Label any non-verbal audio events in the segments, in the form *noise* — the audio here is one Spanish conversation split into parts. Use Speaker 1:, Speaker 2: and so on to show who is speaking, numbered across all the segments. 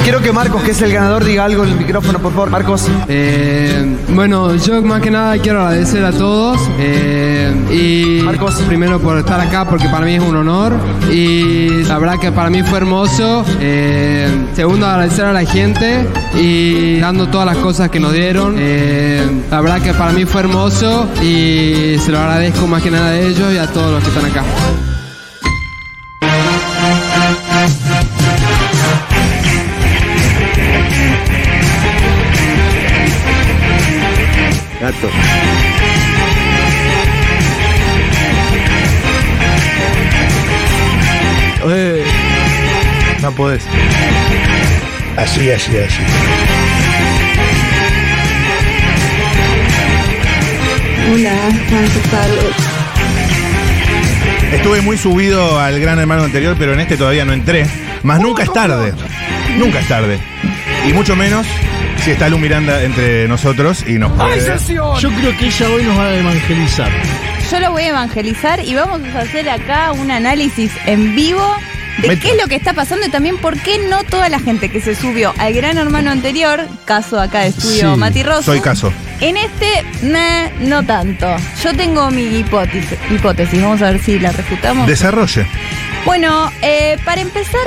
Speaker 1: Quiero que Marcos, que es el ganador, diga algo en el micrófono, por favor. Marcos.
Speaker 2: Eh, bueno, yo más que nada quiero agradecer a todos eh, y Marcos primero por estar acá porque para mí es un honor y la verdad que para mí fue hermoso. Eh, segundo, agradecer a la gente y dando todas las cosas que nos dieron. Eh, la verdad que para mí fue hermoso y se lo agradezco más que nada a ellos y a todos los que están acá.
Speaker 3: Gato. Eh, no podés. Así, así, así.
Speaker 4: Hola, ¿qué tal?
Speaker 3: Estuve muy subido al gran hermano anterior, pero en este todavía no entré.
Speaker 5: Uh,
Speaker 3: Más nunca es tarde. Nunca es tarde. Y mucho menos si está Lu Miranda entre nosotros y nos puede.
Speaker 6: Yo creo que ella hoy nos va a evangelizar.
Speaker 5: Yo lo voy a evangelizar y vamos a hacer acá un análisis en vivo de
Speaker 3: Meta.
Speaker 5: qué es lo que está pasando y también por qué no toda la gente que se subió al gran hermano anterior, caso acá de estudio
Speaker 2: Sí,
Speaker 5: Mati Rosso,
Speaker 3: Soy caso.
Speaker 5: en este nah, no tanto. Yo tengo mi hipótesis, hipótesis, vamos a ver si la refutamos.
Speaker 3: Desarrolle.
Speaker 5: Bueno, eh, para empezar,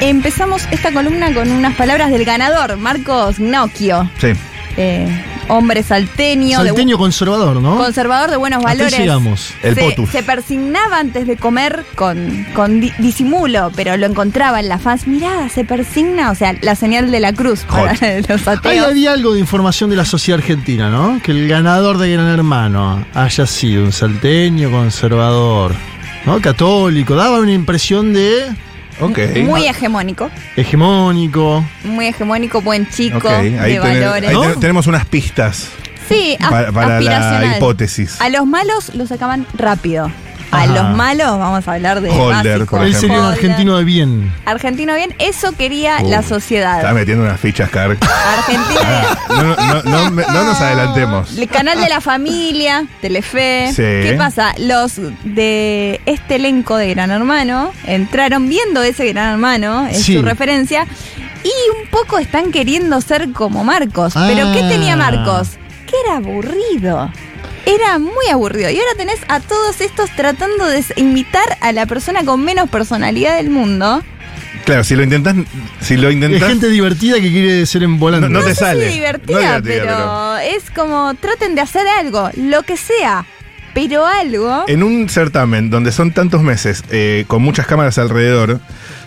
Speaker 5: empezamos esta columna con unas palabras del ganador, Marcos Gnocchio,
Speaker 3: Sí.
Speaker 5: eh, hombre salteño, de-
Speaker 6: Salteño conservador, ¿no?
Speaker 5: conservador de buenos
Speaker 6: Hasta ahí
Speaker 5: valores.
Speaker 6: llegamos.
Speaker 3: El
Speaker 5: se,
Speaker 3: potus.
Speaker 5: se persignaba antes de comer con, con di- disimulo, pero lo encontraba en la faz. Mirá, se persigna, o sea, la señal de la cruz para *laughs* los
Speaker 6: Ahí
Speaker 5: ateos.
Speaker 6: había algo de información de la sociedad argentina, ¿no? Que el ganador de Gran Hermano haya sido un salteño conservador, ¿no? Católico. Daba una impresión de
Speaker 3: Ok.
Speaker 5: Muy hegemónico,
Speaker 6: hegemónico.
Speaker 5: muy hegemónico, buen chico,
Speaker 3: Ok, ahí,
Speaker 5: de
Speaker 3: tenés-
Speaker 5: valores.
Speaker 3: ahí
Speaker 6: ¿No?
Speaker 3: ten- tenemos unas pistas
Speaker 5: Sí, a-
Speaker 3: para, para
Speaker 5: aspiracional.
Speaker 3: la hipótesis.
Speaker 5: A los malos los sacaban rápido. A
Speaker 6: Ajá.
Speaker 5: los malos vamos a hablar de
Speaker 3: Holder,
Speaker 5: básicos.
Speaker 3: por
Speaker 6: Él sería un
Speaker 5: Holder.
Speaker 6: argentino de bien.
Speaker 5: Argentino bien, eso quería
Speaker 3: Uh,
Speaker 5: la
Speaker 3: Está
Speaker 5: sociedad.
Speaker 3: metiendo unas fichas, Car.
Speaker 5: Argentina
Speaker 3: No, no, no, no me- no nos adelantemos.
Speaker 5: El canal de la familia, Telefe.
Speaker 3: Sí.
Speaker 5: ¿Qué pasa? Los de este elenco de Gran Hermano entraron viendo ese Gran Hermano, es
Speaker 6: Sí.
Speaker 5: su referencia, y un poco están queriendo ser como Marcos. Pero ¿qué
Speaker 6: Ah.
Speaker 5: tenía Marcos? Que era aburrido. Era muy aburrido. Y ahora tenés a todos estos tratando de s- imitar a la persona con menos personalidad del mundo.
Speaker 3: Claro, si lo intentas, si lo
Speaker 6: Es
Speaker 3: intentas,
Speaker 6: gente divertida que quiere ser en volante.
Speaker 3: No
Speaker 5: No
Speaker 3: te
Speaker 5: sé si
Speaker 3: sale.
Speaker 5: divertida,
Speaker 3: No es divertida,
Speaker 5: pero, es como traten de hacer algo, lo que sea, pero algo.
Speaker 3: en un certamen donde son tantos meses eh, con muchas cámaras alrededor,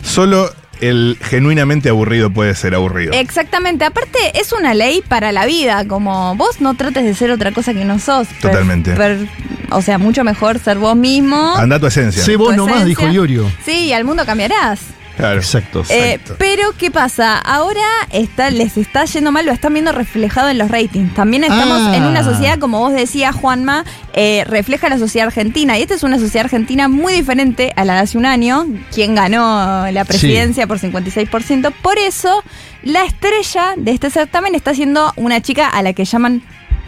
Speaker 3: solo el genuinamente aburrido puede ser aburrido.
Speaker 5: Exactamente, aparte es una ley para la vida, como vos no trates de ser otra cosa que no sos. Per-
Speaker 3: Totalmente. Ah,
Speaker 5: per- o sea, mucho mejor ser vos mismo.
Speaker 3: Anda a tu esencia.
Speaker 6: Sé vos
Speaker 5: Tu
Speaker 6: nomás,
Speaker 5: esencia.
Speaker 6: dijo Iorio.
Speaker 5: Sí, y al mundo cambiarás.
Speaker 3: Claro.
Speaker 6: Exacto.
Speaker 5: Eh, pero ¿qué pasa? Ahora está, les está yendo mal, lo están viendo reflejado en los ratings. También estamos
Speaker 6: Ah.
Speaker 5: en una sociedad, como vos decías, Juanma, eh, refleja la sociedad argentina. Y esta es una sociedad argentina muy diferente a la de hace un año, quien ganó la presidencia por 56%. Por eso, la estrella de este certamen está siendo una chica a la que llaman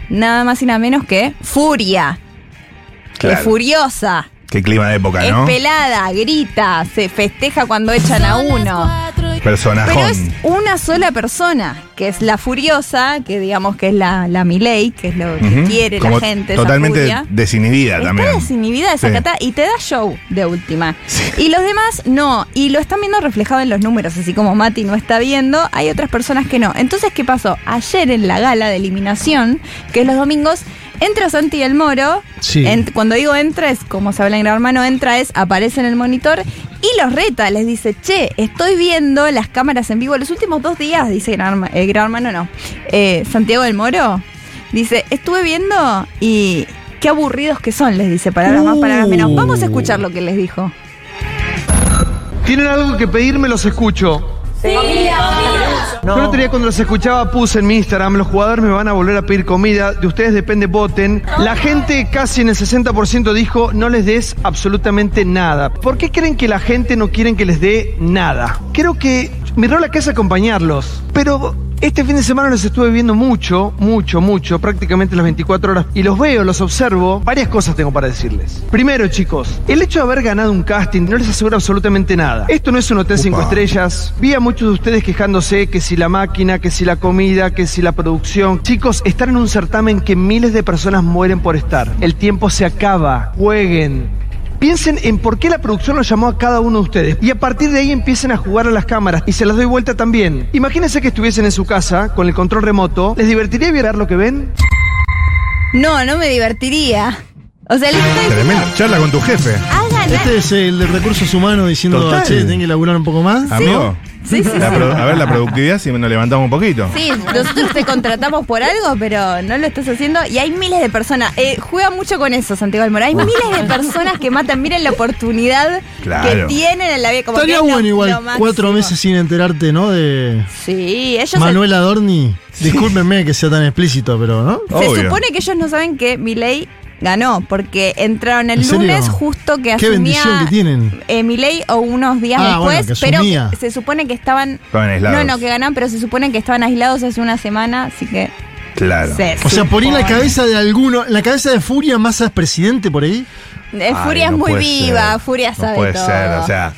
Speaker 5: nada más y nada menos que Furia.
Speaker 3: Claro.
Speaker 5: Que furiosa.
Speaker 3: Qué clima de época,
Speaker 5: Es
Speaker 3: ¿no?
Speaker 5: pelada, grita, se festeja cuando echan a uno. Pero es
Speaker 3: Personajón.
Speaker 5: una sola persona, que es la furiosa, que digamos que es la, la Miley, que es lo que
Speaker 3: Ujú.
Speaker 5: quiere
Speaker 3: Como
Speaker 5: la gente. esa
Speaker 3: Totalmente
Speaker 5: furia.
Speaker 3: desinhibida
Speaker 5: Está
Speaker 3: también.
Speaker 5: desinhibida, desacatada, y te da show de última. Y los demás no, y lo están viendo reflejado en los números, así como Mati no está viendo, hay otras personas que no. Entonces, ¿qué pasó? Ayer en la gala de eliminación, que es los domingos, entra Santi del Moro,
Speaker 6: Sí.
Speaker 5: en- cuando digo entra es como se habla en Gran Hermano, entra es, aparece en el monitor y los reta, les dice, che, estoy viendo las cámaras en vivo los últimos dos días, dice Gran, Herma- eh, Gran Hermano, no, eh, Santiago del Moro, dice, estuve viendo y qué aburridos que son, les dice, palabras más, palabras menos. Vamos a escuchar lo que les dijo.
Speaker 1: ¿Tienen algo que pedirme? Los escucho. Yo el otro día cuando los escuchaba puse en mi Instagram, los jugadores me van a volver a pedir comida, de ustedes depende, voten. La gente casi en el 60% dijo no les des absolutamente nada. ¿Por qué creen que la gente no quieren que les dé nada? Creo que mi rol acá es acompañarlos, pero Este fin de semana los estuve viendo mucho, mucho, mucho, prácticamente las 24 horas. Y los veo, los observo. Varias cosas tengo para decirles. Primero, chicos, el hecho de haber ganado un casting no les asegura absolutamente nada. Esto no es un hotel cinco
Speaker 3: Upa.
Speaker 1: estrellas. Vi a muchos de ustedes quejándose que si la máquina, que si la comida, que si la producción. Chicos, estar en un certamen que miles de personas mueren por estar. El tiempo se acaba. Jueguen. Piensen en por qué la producción los llamó a cada uno de ustedes. Y a partir de ahí empiecen a jugar a las cámaras. Y se las doy vuelta también. Imagínense que estuviesen en su casa con el control remoto. ¿Les divertiría ver lo que ven?
Speaker 5: No, no me divertiría. O sea, les estoy diciendo,
Speaker 3: Tremenda charla con tu jefe.
Speaker 5: hagan
Speaker 6: Este es el de recursos humanos diciendo,
Speaker 3: Total.
Speaker 6: che, tienen que laburar un poco más.
Speaker 3: Amigo.
Speaker 5: Sí, sí,
Speaker 3: la pro- a ver la productividad si nos levantamos un poquito.
Speaker 5: Sí, nosotros te contratamos por algo, pero no lo estás haciendo. Y hay miles de personas. Eh, juega mucho con eso, Santiago del Moro. Hay miles de personas que matan. Miren la oportunidad
Speaker 3: Claro.
Speaker 5: que tienen en la vida. Como
Speaker 6: Estaría
Speaker 5: que es lo-
Speaker 6: bueno
Speaker 5: lo
Speaker 6: igual
Speaker 5: máximo.
Speaker 6: cuatro meses sin enterarte, ¿no? De
Speaker 5: Sí, ellos.
Speaker 6: Manuel Adorni. Discúlpenme que sea tan explícito, pero ¿no?
Speaker 5: se,
Speaker 3: Obvio.
Speaker 5: se supone que ellos no saben que Milei ganó, porque entraron el
Speaker 6: ¿En serio?
Speaker 5: lunes justo que
Speaker 6: Qué
Speaker 5: asumía.
Speaker 6: bendición que tienen.
Speaker 5: eh, Milei o unos días
Speaker 6: Ah,
Speaker 5: después,
Speaker 6: bueno, que
Speaker 5: pero
Speaker 6: asumía.
Speaker 5: se supone que estaban.
Speaker 3: Estaban aislados.
Speaker 5: No, no, que ganaron, pero se supone que estaban aislados hace una semana, así que.
Speaker 3: Claro.
Speaker 5: se
Speaker 6: O sea, por ahí la
Speaker 5: supone.
Speaker 6: cabeza de alguno, la cabeza de Furia Massa es presidente por ahí.
Speaker 5: Eh,
Speaker 3: Ay,
Speaker 5: Furia
Speaker 3: no
Speaker 5: es muy
Speaker 3: puede
Speaker 5: viva,
Speaker 3: ser.
Speaker 5: Furia
Speaker 3: No
Speaker 5: sabe
Speaker 3: puede
Speaker 5: todo.
Speaker 3: ser, o sea.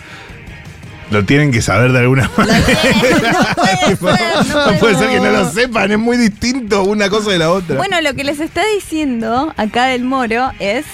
Speaker 3: Lo tienen que saber de alguna manera.
Speaker 5: no puede ser,
Speaker 3: *laughs*
Speaker 5: no
Speaker 3: No puede ser que no lo
Speaker 5: ser.
Speaker 3: sepan, es muy distinto una cosa de la otra.
Speaker 5: Bueno, lo que les está diciendo acá del Moro es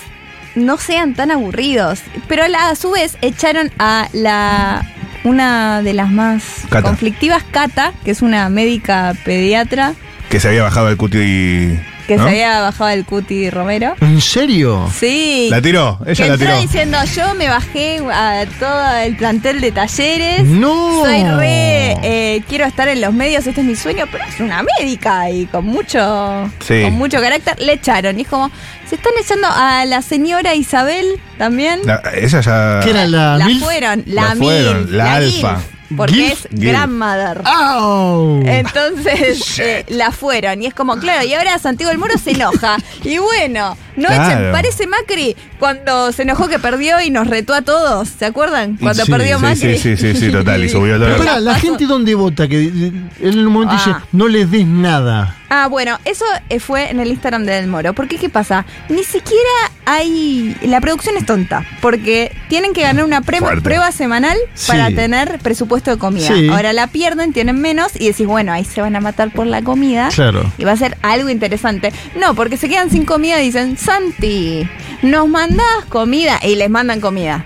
Speaker 5: no sean tan aburridos. Pero a la- a su vez echaron a la una de las más
Speaker 3: Cata.
Speaker 5: conflictivas, Cata, que es una médica pediatra
Speaker 3: Que se había bajado el cuti y.
Speaker 5: que
Speaker 3: ¿no?
Speaker 5: se había bajado el Cuti Romero.
Speaker 6: ¿En serio?
Speaker 5: Sí.
Speaker 3: La tiró,
Speaker 5: que
Speaker 3: ella la
Speaker 5: entró
Speaker 3: tiró.
Speaker 5: diciendo, yo me bajé a todo el plantel de talleres.
Speaker 6: No.
Speaker 5: Soy re, eh, quiero estar en los medios, este es mi sueño, pero es una médica y con mucho,
Speaker 3: Sí.
Speaker 5: con mucho carácter, le echaron. Y es como, se están echando a la señora Isabel también.
Speaker 3: La- ella ya.
Speaker 6: ¿Qué era la,
Speaker 5: la
Speaker 6: MILF?
Speaker 5: fueron, la,
Speaker 3: La fueron,
Speaker 5: MILF,
Speaker 3: la
Speaker 5: GILF,
Speaker 3: alfa.
Speaker 5: Porque
Speaker 6: GILF,
Speaker 5: es
Speaker 3: GILF.
Speaker 5: grandmother.
Speaker 6: Ah. ¡Au!
Speaker 3: *laughs*
Speaker 5: Entonces eh, la fueron. Y es como, claro, y ahora Santiago del Moro se
Speaker 3: *laughs*
Speaker 5: enoja. Y bueno, no
Speaker 3: Claro.
Speaker 5: echen, parece Macri cuando se enojó que perdió y nos retó a todos. ¿Se acuerdan? Cuando
Speaker 6: Sí,
Speaker 5: perdió
Speaker 3: sí,
Speaker 5: Macri.
Speaker 3: sí, sí, sí, sí, total. Y
Speaker 5: *laughs*
Speaker 3: subió el
Speaker 6: Pero
Speaker 3: dólar.
Speaker 6: pará, la gente donde vota, que eh, él en un momento
Speaker 5: Ah.
Speaker 6: dice, no les des nada.
Speaker 5: Ah, bueno, eso eh, fue en el Instagram de Del Moro. Porque, ¿qué pasa? Ni siquiera hay. La producción es tonta. Porque tienen que ganar una pre-
Speaker 3: Fuerte.
Speaker 5: prueba semanal
Speaker 6: Sí.
Speaker 5: para tener presupuesto de comida.
Speaker 6: Sí.
Speaker 5: Ahora la pierden, tienen menos. Y decís, bueno, ahí se van a matar por la comida.
Speaker 6: Claro.
Speaker 5: Y va a ser algo interesante. No, porque se quedan sin comida y dicen, Santi, ¿nos mandás comida? Y les mandan comida.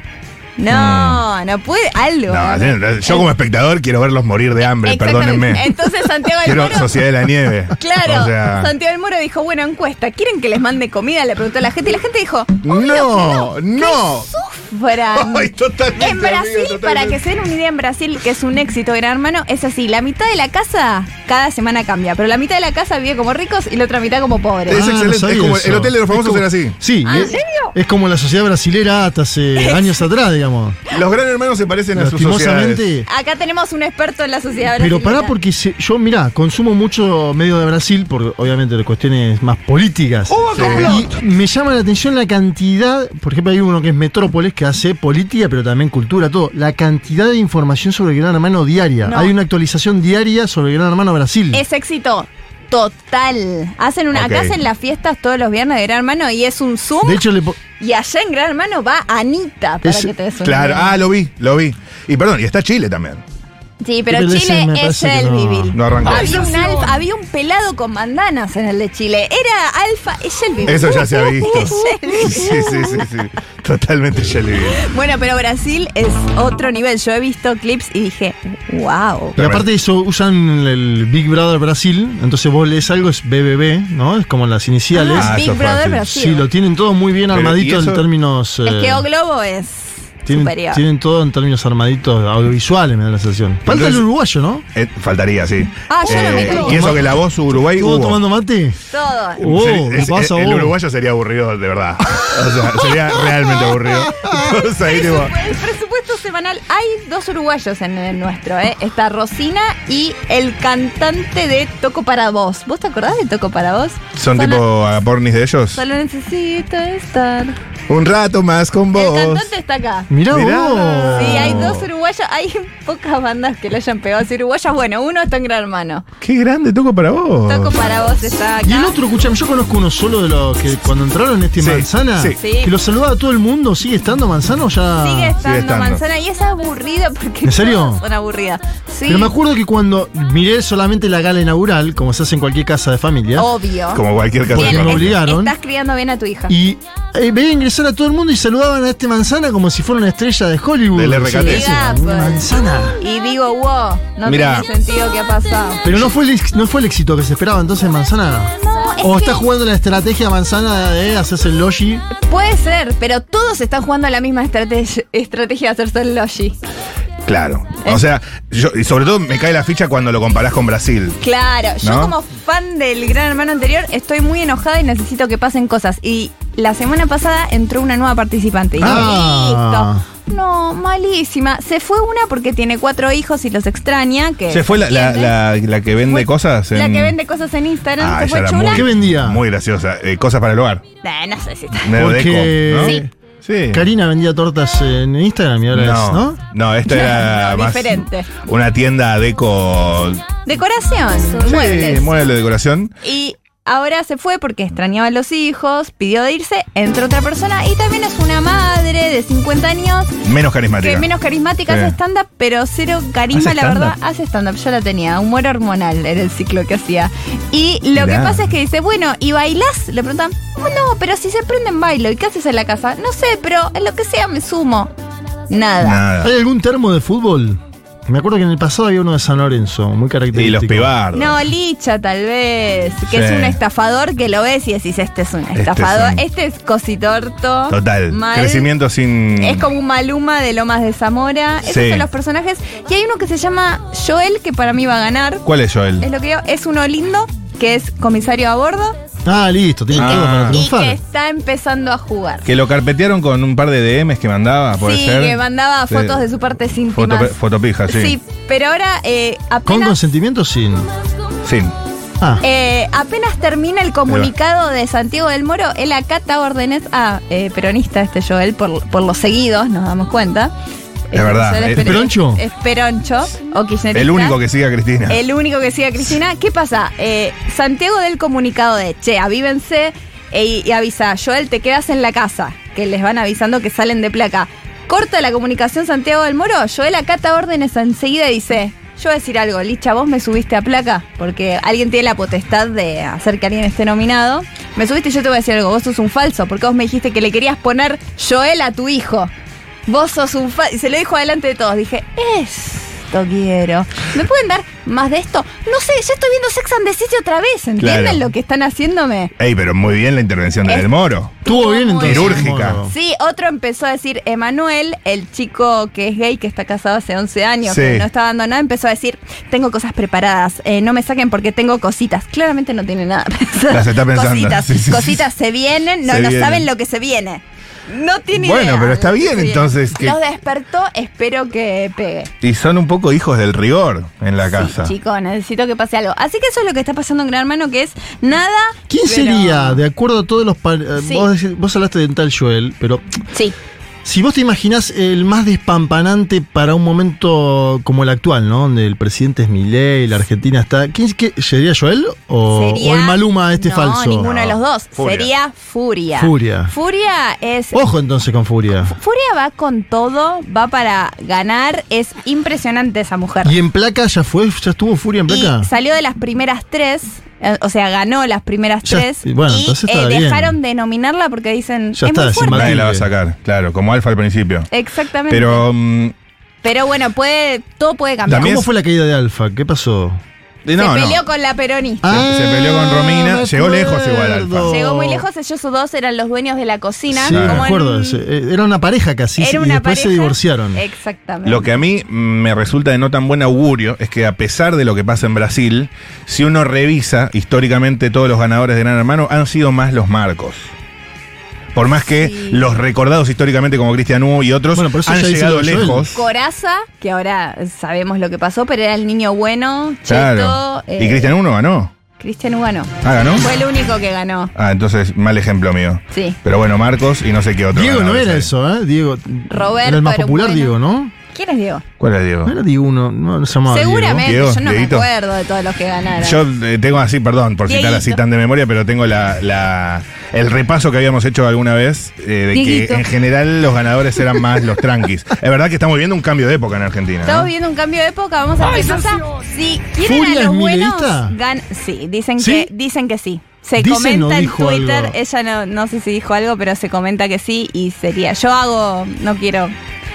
Speaker 5: No, no puede. Algo.
Speaker 3: Mm. No, yo- yo como espectador quiero verlos morir de hambre,
Speaker 5: Exactamente.
Speaker 3: perdónenme.
Speaker 5: Entonces Santiago del
Speaker 3: Quiero
Speaker 5: Moro-
Speaker 3: Sociedad de la Nieve.
Speaker 5: *laughs* Claro,
Speaker 3: O sea,
Speaker 5: Santiago del Moro dijo, bueno, encuesta, ¿quieren que les mande comida? Le preguntó a la gente y la gente dijo,
Speaker 3: no, no. *laughs*
Speaker 5: Fran.
Speaker 3: Ay, totalmente,
Speaker 5: En Brasil,
Speaker 3: amigo, totalmente.
Speaker 5: para que se den una idea, en Brasil, que es un éxito, gran hermano, es así, la mitad de la casa cada semana cambia, pero la mitad de la casa vive como ricos y la otra mitad como pobres.
Speaker 3: Es
Speaker 6: Ah, no
Speaker 3: excelente,
Speaker 6: sabía
Speaker 3: es como
Speaker 6: eso.
Speaker 3: el hotel de los famosos era así.
Speaker 6: Sí,
Speaker 5: Ah, ¿en
Speaker 6: es,
Speaker 5: serio?
Speaker 6: es como la sociedad brasilera
Speaker 5: *laughs*
Speaker 6: hasta hace años atrás, digamos.
Speaker 3: Los gran hermanos se parecen a sus sociedades.
Speaker 6: Lastimosamente.
Speaker 5: Acá tenemos un experto en la sociedad
Speaker 6: Pero
Speaker 5: brasileña.
Speaker 6: pará, porque se- yo, mirá, consumo mucho medio de Brasil, por obviamente de cuestiones más políticas.
Speaker 3: Sí.
Speaker 6: Y me llama la atención la cantidad, por ejemplo, hay uno que es Metrópolis, que hace política, pero también cultura, todo. La cantidad de información sobre el Gran Hermano diaria.
Speaker 5: No.
Speaker 6: Hay una actualización diaria sobre el Gran Hermano Brasil.
Speaker 5: Es éxito total. Hacen una,
Speaker 3: Ok.
Speaker 5: Acá hacen las fiestas todos los viernes de Gran Hermano y es un Zoom.
Speaker 6: de hecho, le po-
Speaker 5: y allá en Gran Hermano va Anita para
Speaker 6: Es-
Speaker 5: que te des una
Speaker 3: Claro,
Speaker 5: idea.
Speaker 3: ah, lo vi, lo vi. Y perdón, y está Chile también.
Speaker 5: Sí, pero
Speaker 6: Pero ese
Speaker 5: Chile
Speaker 6: me
Speaker 5: es
Speaker 6: parece que
Speaker 5: el
Speaker 6: no.
Speaker 5: vivil.
Speaker 3: No arrancó.
Speaker 5: Había un, alfa- había un pelado con bandanas en el de Chile. Era alfa, es el vivil.
Speaker 3: Eso ya se ha visto.
Speaker 5: *laughs* Es el vivil.
Speaker 3: Sí, sí, sí, sí. Totalmente Shelby.
Speaker 5: Bueno, pero Brasil es otro nivel. Yo he visto clips y dije, wow.
Speaker 6: Y aparte eso, usan el Big Brother Brasil, entonces vos lees algo, es BBB, ¿no? Es como las iniciales.
Speaker 3: Ah,
Speaker 5: Big
Speaker 3: eso es
Speaker 5: Brother
Speaker 3: fácil.
Speaker 5: Brasil.
Speaker 6: Sí, lo tienen todo muy bien
Speaker 3: Pero, ¿y
Speaker 6: armadito
Speaker 3: eso?
Speaker 6: en términos...
Speaker 5: es
Speaker 6: eh,
Speaker 5: que O Globo es
Speaker 6: tienen,
Speaker 5: superior.
Speaker 6: tienen todo en términos armaditos audiovisuales, me da la sensación. Falta el
Speaker 3: Entonces-
Speaker 6: uruguayo, ¿no?
Speaker 3: Eh, faltaría, sí. Eh,
Speaker 5: Ah, yo no me creo.
Speaker 3: y eso que la voz Uruguay
Speaker 6: ¿Estuvo
Speaker 3: hubo.
Speaker 6: tomando mate?
Speaker 5: Todo.
Speaker 6: Oh,
Speaker 3: Sería-
Speaker 6: ¿qué
Speaker 3: es-
Speaker 6: pasa,
Speaker 3: el,
Speaker 6: vos?
Speaker 3: uruguayo sería aburrido, de verdad. O sea, sería realmente
Speaker 5: *laughs*
Speaker 3: aburrido. O sea, ahí tipo,
Speaker 5: Presupu- El presupuesto semanal. Hay dos uruguayos en el nuestro, ¿eh? Está Rosina y el cantante de Toco para Vos. ¿Vos te acordás de Toco para Vos?
Speaker 3: son
Speaker 5: Solo-
Speaker 3: tipo a pornis de ellos.
Speaker 5: Solo necesito estar
Speaker 3: Un rato más con
Speaker 5: El
Speaker 3: vos.
Speaker 5: cantante está acá.
Speaker 6: Mirá,
Speaker 3: Mirá.
Speaker 6: vos.
Speaker 5: Sí, hay dos uruguayas, hay pocas bandas que le hayan pegado así uruguayas. Bueno, uno está en Gran Hermano.
Speaker 3: Qué grande, toco para vos.
Speaker 5: Toco para vos está acá.
Speaker 6: Oh. Y el otro, escuchame, yo conozco uno solo de los que cuando entraron este
Speaker 3: Sí,
Speaker 6: manzana,
Speaker 3: sí.
Speaker 5: Sí.
Speaker 6: que lo saludaba a todo el mundo, ¿sigue estando manzano ya?
Speaker 5: Sigue estando,
Speaker 3: Sigue estando.
Speaker 5: manzana y es aburrida porque
Speaker 6: Ah, ¿En serio?
Speaker 5: todas son aburridas. Sí,
Speaker 6: Pero me acuerdo que cuando miré solamente la gala inaugural, como se hace en cualquier casa de familia,
Speaker 5: obvio.
Speaker 3: Como cualquier
Speaker 6: Bien,
Speaker 3: caso.
Speaker 6: me obligaron.
Speaker 5: Estás criando bien a tu hija.
Speaker 6: y eh, veía ingresar a todo el mundo y saludaban a este manzana como si fuera una estrella de Hollywood.
Speaker 3: Del RKT.
Speaker 6: Sí,
Speaker 5: Mirá,
Speaker 6: un
Speaker 5: pues.
Speaker 6: manzana.
Speaker 5: Y digo, wow, no
Speaker 3: Mirá.
Speaker 5: tiene sentido que ha pasado.
Speaker 6: Pero no fue, el, ex- no fue el éxito que se esperaba, entonces Manzana.
Speaker 5: No, es
Speaker 6: o
Speaker 5: que-
Speaker 6: está jugando la estrategia Manzana de hacerse el logi.
Speaker 5: Puede ser, pero todos están jugando a la misma estrategia, estrategia de hacerse el logi.
Speaker 3: Claro.
Speaker 5: Eh.
Speaker 3: O sea, yo, y sobre todo me cae la ficha cuando lo comparás con Brasil.
Speaker 5: Claro, yo
Speaker 3: ¿No?
Speaker 5: como fan del Gran Hermano anterior estoy muy enojada y necesito que pasen cosas. Y la semana pasada entró una nueva participante. Y dije,
Speaker 6: Ah.
Speaker 5: "Listo". No, malísima. Se fue una porque tiene cuatro hijos y los extraña. Que
Speaker 3: ¿Se fue la, la, la- la que vende
Speaker 5: Eh. Fue-
Speaker 3: cosas?
Speaker 5: La
Speaker 3: en-
Speaker 5: que vende cosas en Instagram.
Speaker 3: Ah,
Speaker 5: ¿Se
Speaker 3: ella
Speaker 5: fue
Speaker 3: era
Speaker 5: chula?
Speaker 6: ¿Qué vendía?
Speaker 3: Muy graciosa. Eh, cosas para el hogar.
Speaker 5: Eh, no sé si está.
Speaker 6: Porque-
Speaker 3: Neo
Speaker 6: Sí.
Speaker 3: Deco, ¿no? Sí.
Speaker 6: Karina vendía tortas en Instagram y ahora es,
Speaker 3: No,
Speaker 6: ¿no?
Speaker 3: no, esta era
Speaker 5: *laughs* No,
Speaker 3: más
Speaker 5: diferente.
Speaker 3: una tienda deco.
Speaker 5: Decoración,
Speaker 3: Sí,
Speaker 5: muebles.
Speaker 3: mueble de decoración.
Speaker 5: Y ahora se fue porque extrañaba a los hijos, pidió de irse, entró otra persona y también es una madre de 50 años
Speaker 3: Menos carismática.
Speaker 5: que menos carismática
Speaker 3: Sí.
Speaker 5: hace stand-up, pero cero carisma,
Speaker 3: ¿Hace
Speaker 5: la
Speaker 3: stand-up?
Speaker 5: verdad, hace stand-up. Yo la tenía, humor hormonal era el ciclo que hacía. Y lo que
Speaker 3: Mirá.
Speaker 5: pasa es que dice, bueno, ¿y bailás? Le preguntan, "Oh, no, pero si se prenden bailo, ¿y qué haces en la casa? No sé, pero en lo que sea me sumo. Nada.
Speaker 3: Nada.
Speaker 6: ¿Hay algún termo de fútbol? Me acuerdo que en el pasado había uno de San Lorenzo, muy
Speaker 3: Y
Speaker 6: característico.
Speaker 3: los pibardos.
Speaker 5: No, Licha tal vez,
Speaker 3: Sí.
Speaker 5: que es un estafador que lo ves y decís, este es un
Speaker 3: es
Speaker 5: estafador,
Speaker 3: un-
Speaker 5: este es, cositorto.
Speaker 3: Total.
Speaker 5: mal.
Speaker 3: Crecimiento sin.
Speaker 5: Es como un Maluma de Lomas de Zamora. Esos
Speaker 3: Sí.
Speaker 5: son los personajes. Y hay uno que se llama Joel, que para mí va a ganar.
Speaker 3: ¿Cuál es Joel?
Speaker 5: Es lo que digo. Es uno lindo, que es comisario a bordo
Speaker 6: Ah, listo, tiene
Speaker 3: Ah.
Speaker 6: todo para
Speaker 5: y que
Speaker 6: triunfar.
Speaker 5: está empezando a jugar.
Speaker 3: Que lo carpetearon con un par de DMs que mandaba, puede
Speaker 5: Sí,
Speaker 3: ser.
Speaker 5: que mandaba fotos de sus partes
Speaker 3: foto,
Speaker 5: íntimas.
Speaker 3: Fotopija, sí.
Speaker 5: Sí, pero ahora eh,
Speaker 6: ¿Con
Speaker 5: apenas,
Speaker 6: consentimiento o sin?
Speaker 3: Sí.
Speaker 6: Ah,
Speaker 5: eh, apenas termina el comunicado de Santiago del Moro, él acata órdenes a eh, peronista este Joel por, por los seguidos, nos damos cuenta.
Speaker 3: Es verdad.
Speaker 5: Joel
Speaker 3: ¿Es
Speaker 5: peri-
Speaker 6: peroncho?
Speaker 5: Es peroncho o kirchnerista.
Speaker 3: El único que sigue a Cristina.
Speaker 5: El único que sigue a Cristina. ¿Qué pasa? Eh, Santiago del comunicado de, che, avívense e- y avisa, Joel, te quedas en la casa, que les van avisando que salen de placa. Corta la comunicación Santiago del Moro, Joel acata órdenes enseguida y dice, yo voy a decir algo, Licha, vos me subiste a placa, porque alguien tiene la potestad de hacer que alguien esté nominado. Me subiste y yo te voy a decir algo, vos sos un falso, porque vos me dijiste que le querías poner Joel a tu hijo. Vos sos un falso. Y se lo dijo delante de todos. Dije, esto quiero. ¿Me pueden dar más de esto? No sé, ya estoy viendo Sex and the City otra vez. ¿Entienden
Speaker 3: Claro.
Speaker 5: lo que están haciéndome?
Speaker 3: Ey, pero muy bien la intervención de
Speaker 5: Es-
Speaker 3: Del Moro.
Speaker 6: estuvo bien entonces.
Speaker 3: Quirúrgica.
Speaker 6: Moro.
Speaker 5: Sí, otro empezó a decir, Emanuel, el chico que es gay, que está casado hace 11 años,
Speaker 3: Sí.
Speaker 5: que no está dando nada, empezó a decir, tengo cosas preparadas, eh, no me saquen porque tengo cositas. Claramente no tiene nada *laughs* pensado.
Speaker 3: Las está pensando.
Speaker 5: Cositas,
Speaker 3: Sí, sí, sí.
Speaker 5: cositas se vienen, no,
Speaker 3: Se
Speaker 5: no
Speaker 3: vienen.
Speaker 5: saben lo que se viene. No tiene
Speaker 3: Bueno,
Speaker 5: idea.
Speaker 3: pero está
Speaker 5: lo que
Speaker 3: bien,
Speaker 5: se viene.
Speaker 3: entonces, que-
Speaker 5: Los despertó, espero que pegue.
Speaker 3: Y son un poco hijos del rigor en la casa.
Speaker 5: Chicos, necesito que pase algo. Así que eso es lo que está pasando en Gran Hermano, que es nada.
Speaker 6: ¿Quién
Speaker 5: pero-
Speaker 6: sería, de acuerdo a todos los... par- eh,
Speaker 5: Sí.
Speaker 6: Vos, decís- vos hablaste de un tal Joel, pero
Speaker 5: Sí.
Speaker 6: si vos te imaginás el más despampanante para un momento como el actual, ¿no? Donde el presidente es Milei, la Argentina está... ¿Quién qué- sería Joel o,
Speaker 5: Sería-
Speaker 6: o el Maluma este
Speaker 5: no,
Speaker 6: falso?
Speaker 5: ninguno de los dos.
Speaker 3: Furia.
Speaker 5: Sería Furia.
Speaker 6: Furia. Oh.
Speaker 5: Furia es.
Speaker 6: Ojo entonces con Furia.
Speaker 5: Furia va con todo, va para ganar. Es impresionante esa mujer.
Speaker 6: ¿Y en placa ya fue? ¿Ya estuvo Furia en
Speaker 5: Y
Speaker 6: placa?
Speaker 5: salió de las primeras tres, eh, o sea, ganó las primeras
Speaker 6: Ya,
Speaker 5: tres.
Speaker 6: y bueno,
Speaker 5: y, eh,
Speaker 6: entonces está bien.
Speaker 5: dejaron de nominarla porque dicen.
Speaker 6: Ya
Speaker 5: es
Speaker 6: está,
Speaker 5: muy
Speaker 6: es
Speaker 5: fuerte.
Speaker 6: imbatible.
Speaker 3: Nadie la va a sacar, claro, como Alfa al principio.
Speaker 5: Exactamente. Pero,
Speaker 3: Pero mm,
Speaker 5: bueno, puede, todo puede cambiar.
Speaker 3: También
Speaker 6: ¿Cómo
Speaker 3: es-
Speaker 6: fue la caída de Alfa? ¿É pasó? Ah,
Speaker 3: no,
Speaker 5: Se
Speaker 3: no.
Speaker 5: peleó con la peronista.
Speaker 3: se peleó con Romina,
Speaker 6: me
Speaker 3: llegó lejos igual
Speaker 6: acuerdo.
Speaker 3: Alfa.
Speaker 5: Llegó muy lejos, ellos dos eran los dueños de la cocina.
Speaker 6: Sí,
Speaker 5: como
Speaker 6: me
Speaker 5: en
Speaker 6: acuerdo.
Speaker 5: un-
Speaker 6: ese, eh, Era una pareja casi
Speaker 5: Era
Speaker 6: y
Speaker 5: una
Speaker 6: después se
Speaker 5: pareja.
Speaker 6: divorciaron.
Speaker 5: Exactamente.
Speaker 3: Lo que a mí mm, me resulta de no tan buen augurio es que a pesar de lo que pasa en Brasil, si uno revisa históricamente todos los ganadores de Gran Hermano han sido más los marcos. Por más que
Speaker 5: Sí.
Speaker 3: los recordados históricamente como Cristian Hugo y otros
Speaker 6: Bueno, por eso
Speaker 3: han
Speaker 6: ya dice
Speaker 3: llegado
Speaker 6: Joel.
Speaker 3: lejos.
Speaker 5: Coraza, que ahora sabemos lo que pasó, pero era el niño bueno, cheto.
Speaker 3: Claro.
Speaker 5: eh,
Speaker 3: y Cristian Hugo no ganó.
Speaker 5: Cristian Ugano.
Speaker 3: Ah, ganó.
Speaker 5: Fue el único que ganó.
Speaker 3: Ah, entonces, mal ejemplo mío.
Speaker 5: Sí.
Speaker 3: Pero bueno, Marcos y no sé qué otro.
Speaker 6: Diego no
Speaker 3: ganador
Speaker 6: era
Speaker 3: sale.
Speaker 6: eso, ¿eh? Diego.
Speaker 5: Roberto
Speaker 6: Era el más
Speaker 5: era un
Speaker 6: popular,
Speaker 5: bueno.
Speaker 6: Diego, ¿no?
Speaker 5: ¿Quién es Diego?
Speaker 3: ¿Cuál era Diego?
Speaker 6: No era Diego uno, no, no se llamaba Diego.
Speaker 5: Seguramente,
Speaker 3: Diego,
Speaker 5: yo no
Speaker 3: Dieguito.
Speaker 5: me acuerdo de todos los que ganaron.
Speaker 3: Yo eh, tengo así, perdón, por citar así
Speaker 5: Dieguito.
Speaker 3: tan de memoria, pero tengo la, la- el repaso que habíamos hecho alguna vez eh, de
Speaker 5: Dieguito.
Speaker 3: que en general los ganadores eran más los tranquis.
Speaker 5: *laughs*
Speaker 3: Es verdad que estamos viendo un cambio de época en Argentina. ¿no?
Speaker 5: Estamos viendo un cambio de época, vamos a ver qué pasa. Si quieren
Speaker 6: ¿Furia
Speaker 5: a
Speaker 6: es
Speaker 5: los buenos,
Speaker 6: mileísta?
Speaker 5: gan sí, dicen
Speaker 6: ¿Sí?
Speaker 5: que dicen que sí. Se
Speaker 6: Dice,
Speaker 5: comenta
Speaker 6: no
Speaker 5: en
Speaker 6: dijo
Speaker 5: Twitter,
Speaker 6: algo.
Speaker 5: ella no, no sé si dijo algo, pero se comenta que sí y sería. Yo hago, no quiero.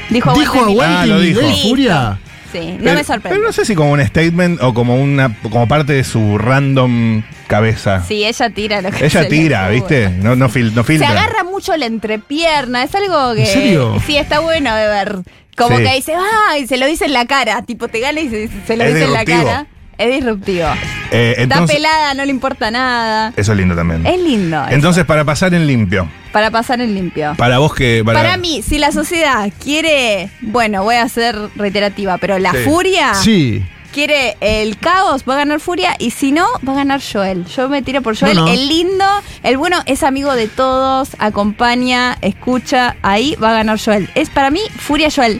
Speaker 5: Dijo,
Speaker 6: Dijo
Speaker 5: aguante mi-
Speaker 6: aguante
Speaker 3: Ah, lo
Speaker 6: mi
Speaker 3: dijo.
Speaker 6: ley,
Speaker 5: Listo.
Speaker 6: Furia.
Speaker 5: Sí, no
Speaker 3: Pero-
Speaker 5: me sorprende.
Speaker 3: Pero no sé si como un statement o como una como parte de su random cabeza.
Speaker 5: Sí, ella tira lo que *laughs* se
Speaker 3: Ella
Speaker 5: le
Speaker 3: tira,
Speaker 5: ocurre.
Speaker 3: ¿viste? No, no, fil- no
Speaker 5: Se
Speaker 3: filtra.
Speaker 5: agarra mucho la entrepierna, es algo que.
Speaker 6: ¿En serio?
Speaker 5: Sí, está bueno de ver. Como
Speaker 3: Sí.
Speaker 5: que dice, ah, y se lo dice en la cara. Tipo, te gana y se, se lo
Speaker 3: Es
Speaker 5: dice en
Speaker 3: disruptivo.
Speaker 5: la cara. Es disruptivo.
Speaker 3: Eh,
Speaker 5: está
Speaker 3: entonces,
Speaker 5: pelada, no le importa nada.
Speaker 3: eso es lindo también.
Speaker 5: Es lindo. eso,
Speaker 3: Entonces, para pasar en limpio,
Speaker 5: para pasar en limpio.
Speaker 3: para vos que...
Speaker 5: Para, mí, si la sociedad quiere, bueno, voy a ser reiterativa, pero la
Speaker 3: Sí.
Speaker 5: furia
Speaker 6: Sí.
Speaker 5: quiere el caos, va a ganar furia y si no, va a ganar Joel. Yo me tiro por Joel,
Speaker 6: No, no.
Speaker 5: el lindo, el bueno, es amigo de todos, acompaña, escucha, ahí va a ganar Joel. Es para mí furia Joel.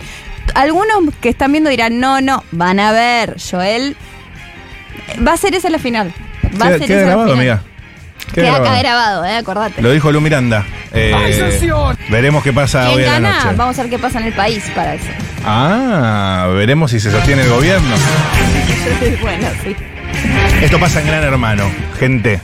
Speaker 5: Algunos que están viendo dirán, no, no, van a ver, Joel. Va a ser esa la final. Va a
Speaker 3: Queda,
Speaker 5: ser
Speaker 3: queda
Speaker 5: esa
Speaker 3: grabado,
Speaker 5: la final.
Speaker 3: amiga.
Speaker 5: Queda acá grabado, eh, acordate.
Speaker 3: Lo dijo Lu Miranda. Eh, veremos qué pasa hoy
Speaker 5: ¿Quién
Speaker 3: Ah, a la
Speaker 5: gana?
Speaker 3: noche.
Speaker 5: Vamos a ver qué pasa en el país para eso.
Speaker 3: Ah, veremos si se sostiene el gobierno.
Speaker 5: *laughs* bueno, sí.
Speaker 3: Esto pasa en Gran Hermano, gente.